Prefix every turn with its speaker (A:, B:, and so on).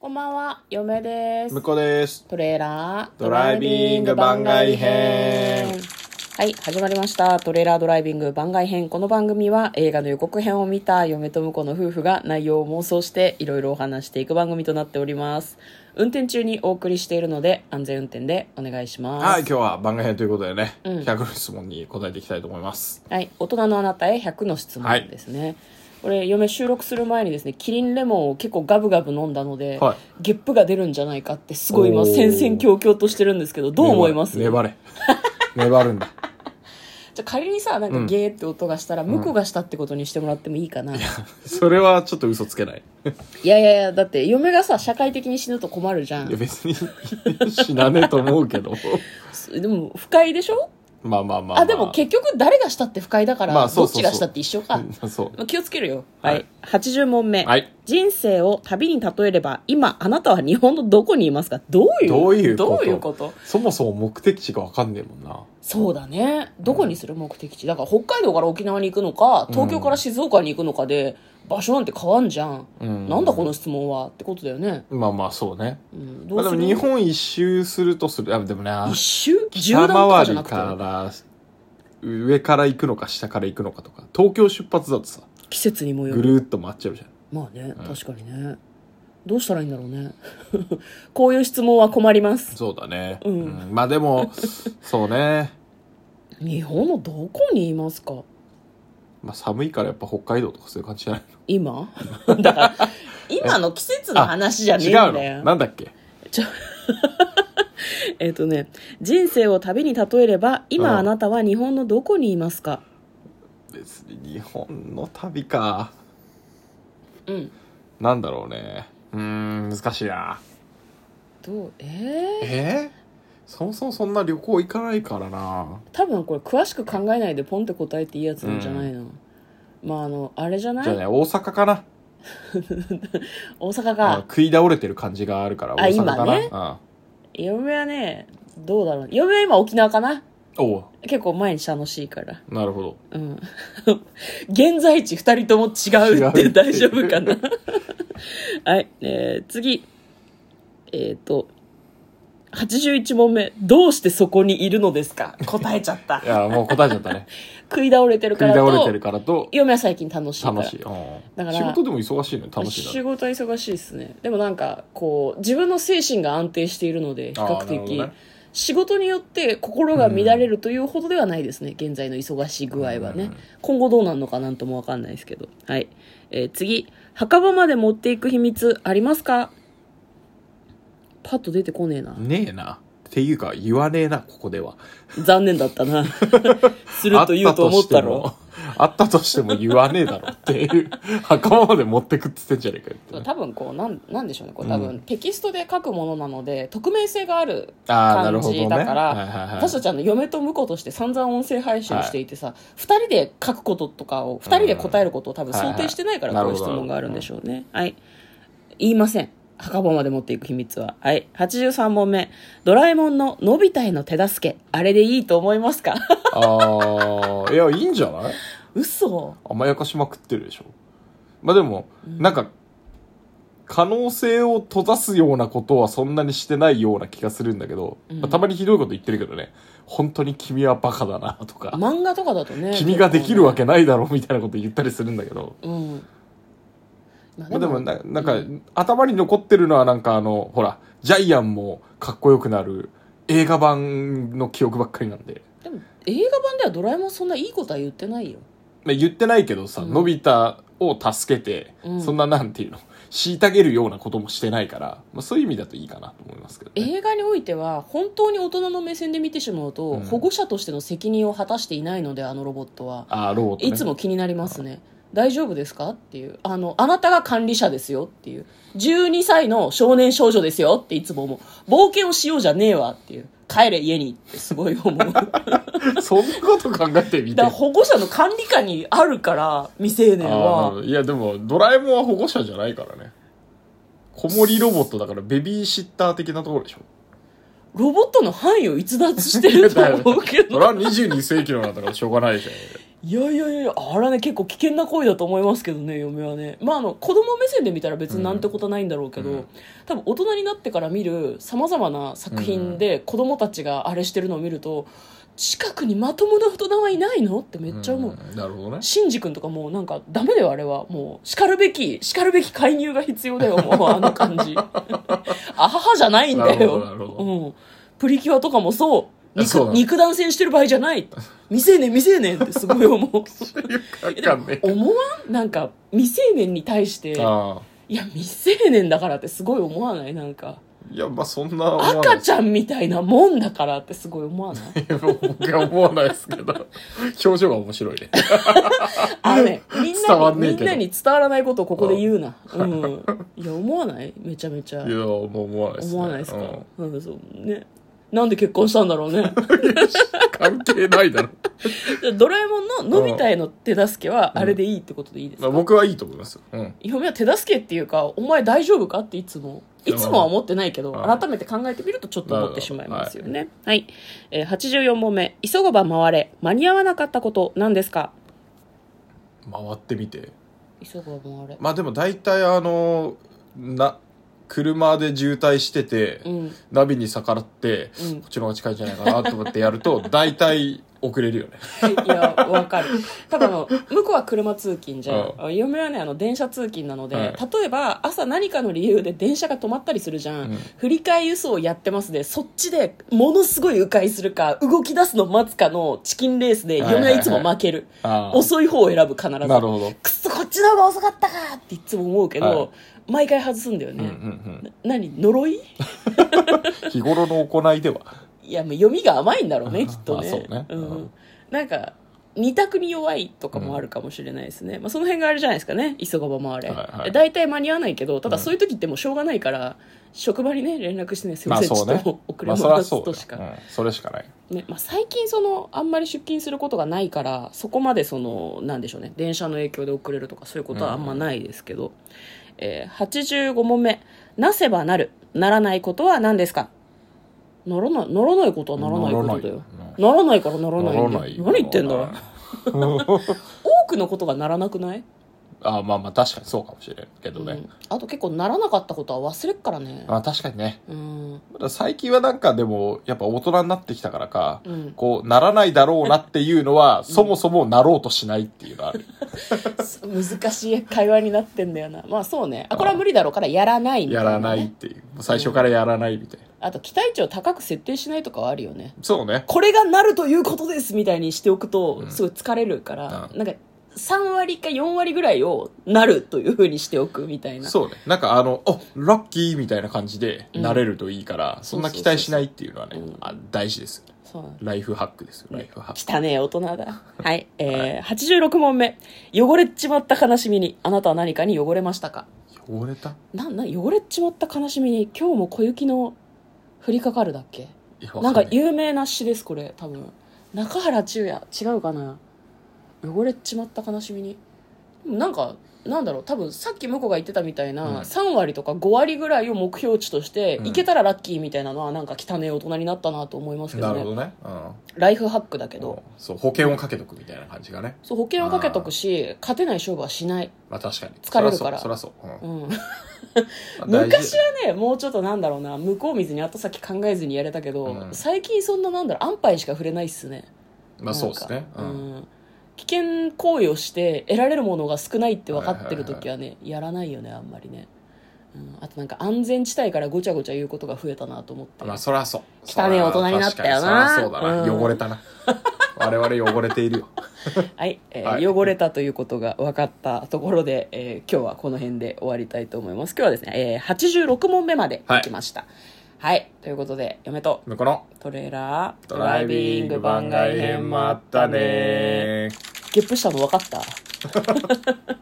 A: こんばんは、嫁です
B: 向。こうです
A: トレーラード
B: ドライビング番外編。
A: はい、始まりました。トレーラードライビング番外編。この番組は映画の予告編を見た嫁と婿の夫婦が内容を妄想していろいろお話していく番組となっております。運転中にお送りしているので安全運転でお願いします。
B: はい今日は番外編ということでね、100の質問に答えていきたいと思います
A: はい、大人のあなたへ100の質問ですね、これ嫁収録する前にですねキリンレモンを結構ガブガブ飲んだので、
B: はい
A: ゲップが出るんじゃないかってすごい今
B: おー
A: 戦々恐々としてるんですけどどう思いますじゃ
B: 粘れ粘れ粘るんだ
A: あ仮にさなんかゲーって音がしたら、ムコがしたってことにしてもらってもいいかな、い
B: それはちょっと嘘つけない
A: やいやいやだって嫁がさ社会的に死ぬと困るじゃ
B: いや
A: ん
B: 別に死なねえと思うけど
A: でも不快でしょ
B: まあまあまあ、ま
A: あでも結局誰がしたって不快だから、
B: まあそうそうそう
A: どっちがしたって一緒か、
B: 構 そう
A: まあ気をつけるよ。は。
B: はいい
A: 80問目。
B: はい
A: 人生を旅に例えれば、今、あなたは日本のどこにいますかどういう
B: どういうこと
A: どういうこと
B: そもそも目的地が分かんねえもんな
A: そうだね。どこにする目的地。だから北海道から沖縄に行くのか、東京から静岡に行くのかで、場所なんて変わんじゃん。
B: うん
A: なんだこの質問はってことだよね。
B: まあまあそうね
A: うん。ど
B: まあ
A: う
B: ですも
A: る
B: 日本一周するとするあでもね
A: 一周縦断
B: 下
A: とかじゃ
B: 回り
A: なくて。
B: から上から行くのか下から行くのかとか東京出発だとさ
A: 季節にもよ
B: ぐ
A: る。
B: るーっと回っちゃうじゃん
A: まあね、確かにね。どうしたらいいんだろうね。 こういう質問は困ります。
B: そうだね、
A: うん
B: うんまあでもそうね、
A: 日本のどこにいますか
B: まあ、寒いからやっぱ北海道とかそういう感じじゃない
A: 今 だから今の季節の話じゃねえん
B: の
A: だ
B: 違うの
A: よ
B: なんだっけ
A: えっとね人生を旅に例えれば
B: う
A: 今
B: ん
A: あなたは日本のどこにいますか
B: 別に日本の旅か
A: うん
B: なんだろうねうーん難しいな
A: どうえー、
B: えー、そもそもそんな旅行行かないからな
A: 多分これ詳しく考えないでポンって答えていいやつなんじゃないの、まああのあれじゃない
B: じゃあね大阪かな
A: 大阪
B: うん
A: が
B: 食い倒れてる感じがあるから
A: あ
B: 大阪かな
A: 今ね嫁はねどうだろう嫁は今沖縄かな
B: うん、おう
A: 結構毎日楽しいから
B: なるほど
A: うん現在地2人とも違うっ
B: 違
A: て
B: う
A: 大丈夫かな はい、えー次えっ、と81問目どうしてそこにいるのですか答えちゃった
B: いやもう答えちゃった ね
A: 食い倒れてるか
B: 食い
A: ら
B: 倒
A: と
B: れてるからと
A: 嫁は最近楽しいから
B: 楽しい、うん
A: だから
B: 仕事でも忙しいのに楽しいだろ
A: 仕事は忙しいですねでもなんかこう自分の精神が安定しているので比較
B: あーなるほ
A: 的、
B: どね
A: 仕事によって心が乱れるというほどではないですね、現在の忙しい具合はね、
B: うん
A: 今後どうなるのかなんともわかんないですけどはい、えー次墓場まで持っていく秘密ありますかパッと出てこねえな
B: ねえな。っていうか、言わねえな、ここでは。
A: 残念だった なすると言うと思ったろ
B: あったとしても。あったとしても言わねえだろっていう。 袴まで持ってくって言ってんじゃねえかよってね、
A: 多分こうなんなんでしょうねこれ多
B: う
A: 分テキストで書くものなので、匿名性がある
B: ああ、なるほどね。
A: 感じだから
B: はいはいはい、
A: 私たちあの嫁と婿として散々音声配信していてさ、二2人で書くこととかを2人で答えることを多分想定してないから
B: はい
A: こう
B: はい
A: いう質問があるんでしょうねはい言いません墓場まで持っていく秘密ははい83問目「ドラえもんののび太への手助けあれでいいと思います か?
B: ああ、いや、いいんじゃない」
A: 嘘
B: 甘やかしまくってるでしょ。まあでも、なんか、可能性を閉ざすようなことはそんなにしてないような気がするんだけど、
A: うん
B: まあたまにひどいこと言ってるけどね、本当に君はバカだなとか、
A: 漫画とかだとね
B: 君ができるわけないだろうみたいなこと言ったりするんだけど、
A: うんま
B: まあ、でもななんか、
A: うん
B: 頭に残ってるのはなんかあのほらジャイアンもかっこよくなる映画版の記憶ばっかりなんで、
A: でも映画版ではドラえもんそんないいことは言ってないよ
B: まあ、言ってないけどさ、
A: うん
B: のび太を助けて、
A: うん
B: そんななんていうの虐げるようなこともしてないから、まあ、そういう意味だといいかなと思いますけど、ね、
A: 映画においては本当に大人の目線で見てしまうと、
B: うん
A: 保護者としての責任を果たしていないのであのロボットは、
B: あーローと、ね、
A: いつも気になりますね大丈夫ですかっていうあのあなたが管理者ですよっていう12歳の少年少女ですよっていつも思う冒険をしようじゃねえわっていう帰れ家にってすごい思 うだか
B: そんなこと考えてみて
A: ら保護者の管理下にあるから未成年
B: あーなる
A: は
B: ほどいやでもドラえもんは保護者じゃないからね子守ロボットだからベビーシッター的なところでしょ
A: ロボットの範囲を逸脱してると思うけど
B: それは22世紀のなんだからしょうがないじゃん
A: いやいやいやいやあれね結構危険な行為だと思いますけどね嫁はねまああの子供目線で見たら別になんてことはないんだろうけど、
B: うん
A: 多分大人になってから見るさまざまな作品で子供たちがあれしてるのを見ると近くにまともな大人はいないのってめっちゃ思う、
B: うんなるほどね
A: シンジ君とかもうなんかダメだよあれはもうしかるべきしかるべき介入が必要だよも うあの感じ あははじゃないんだ
B: なるほどな
A: よ、
B: るほ
A: うん、プリキュアとかもそう
B: あ
A: 肉
B: そうなの
A: 肉弾戦してる場合じゃ ない未成年未成年ってすごい思う
B: わかんねえ
A: 思わんなんか未成年に対して
B: ああ
A: いや未成年だからってすごい思わないなんか
B: いやまあそんな思わない
A: 赤ちゃんみたいなもんだからってすごい思わない
B: いや僕は思わないですけど表情が面白いね
A: あのねみん
B: 伝わ
A: なんに
B: ねえ
A: み
B: け
A: ん
B: ど
A: なに伝わらないことをここで言う な、うん、いや思わないめちゃめちゃ
B: いやもう 思わないです、ね、
A: 思わないですか、
B: うん
A: うんそうねなんで結婚したんだろう ね
B: 関係ない だろ、
A: ドラえもんののび太への手助けは
B: うん
A: あれでいいってことでいいです
B: ま
A: か、
B: あ、僕はいいと思いますよ、うん、
A: 嫁は手助けっていうかお前大丈夫かっていつも
B: い
A: い
B: や
A: つもは思ってないけど
B: まあ
A: 改めて考えてみるとちょっと思ってしまいますよねはい、えー84問目「急がば回れ間に合わなかったこと何ですか?
B: 回ってみて」
A: 急がば回れ、
B: まあでも大体あのな車で渋滞してて、
A: うんうん
B: ナビに逆らって、こっちの方が近いんじゃないかなと思ってやる と大体遅れるよね
A: いやわかる多分あの向こうは車通勤じゃん
B: う
A: 嫁はねあの電車通勤なので、
B: はい
A: 例えば朝何かの理由で電車が止まったりするじゃん、
B: うん
A: 振り替え輸送をやってますでそっちでものすごい迂回するか動き出すの待つかのチキンレースで
B: はいはい
A: 嫁
B: はい
A: はいつも負ける、
B: ああ
A: 遅い方を選ぶ必ず
B: なるほど
A: くっそこっちの方が遅かったかっていつも思うけど、
B: は
A: 毎回外すんだよね、
B: うんうん
A: 何呪い
B: うん、日頃の行いでは、
A: いやもう読みが甘いんだろうねきっとね
B: まあそう
A: ん
B: ねうん
A: なんか二択に弱いとかもあるかもしれないですね、まあ、その辺があれじゃないですかね急がば回れ、
B: はいはい
A: 大体間に合わないけどただ
B: うん
A: そういう時ってもうしょうがないから、職場にね連絡してね「すい
B: ま
A: ま
B: あ
A: せん、
B: そう
A: ちょ
B: ね
A: っと遅れ
B: ま
A: ま
B: あ
A: す
B: そりゃ」そう
A: と
B: だ
A: しか、
B: よ、うん、それしかない
A: ねまあ、最近そのあんまり出勤することがないからそこまでそのなんでしょうね電車の影響で遅れるとかそういうことはあんまないですけど、えー85問目「なせばなるならないことは何ですか?」ならないならないことはならないことだよならないからならないんだよ
B: よ
A: 何言ってんだ
B: ならない
A: 多くのことがならなくない、
B: ああまあまあ確かにそうかもしれんけど
A: う
B: ね、
A: んあと結構ならなかったことは忘れっからね
B: まあ確かにね
A: うん
B: まだ最近はなんかでもやっぱ大人になってきたからか、
A: うん
B: こうならないだろうなっていうのは、そもそもなろうとしないっていうのはある
A: 難しい会話になってんだよなまあそうねあこれは無理だろうからやらないみた
B: や
A: いなね、
B: らないっていうもう最初からやらないみたいな、
A: あと期待値を高く設定しないとかはあるよね
B: そうね
A: これがなるということですみたいにしておくと
B: うん
A: すごい疲れるから、
B: うん
A: なんか3割か4割ぐらいをなるというふうにしておくみたいな
B: そうねなんかあの「あラッキー」みたいな感じで
A: うん
B: なれるといいから、そんな期待しないっていうのはね、
A: うん
B: あ大事ですよ
A: そうなんだ
B: ライフハックですよライフハック
A: 汚ねえ大人 だ。はい。えー、86問目。汚れちまった悲しみに、あなたは何かに汚れましたか
B: 汚れた
A: な、な、汚れちまった悲しみに、今日も小雪の降りかかるだっけ
B: いや
A: な
B: わ
A: ん
B: か
A: か
B: んない
A: 有名な詩です、これ、多分。中原中也、違うかな汚れちまった悲しみに。でもなんか、なんだろう、多分さっき向こうが言ってたみたい
B: うん
A: な、3割とか5割ぐらいを目標値として、
B: うん
A: いけたらラッキーみたいなのは、なんか汚ねえ大人になったなと思いますけど
B: なるほ
A: ね。
B: どね、うん
A: ライフハックだけど。
B: そう保険をかけとくみたいな感じがね
A: そう保険をかけとくし勝てない勝負はしない、
B: まあ確かに
A: 疲れるから
B: そりゃそうそりゃそう、うん
A: うん、
B: まあ大事
A: 昔はねもうちょっとなんだろうな向こう水に後先考えずにやれたけど、
B: うん
A: 最近そんななんだろう安牌しか触れないっすね
B: まあそうですね
A: なん
B: う
A: か
B: ん、
A: うん危険行為をして得られるものが少ないって分かってる時はね、やらないよねあんまりね、うん、あとなんか安全地帯からごちゃごちゃ言うことが増えたなと思って、
B: まあそりゃそう
A: 汚ねえ大人になったよな
B: そりゃそうだな、
A: うん
B: 汚れたな我々汚れているよ
A: はい、えー
B: はい
A: 汚れたということが分かったところで、えー今日はこの辺で終わりたいと思います今日はですね、えー86問目まで
B: はい
A: いきましたはい、ということで嫁と
B: 向こうの
A: トレーラー
B: ドライビング番外編もあったね
A: ゲップしたの分かった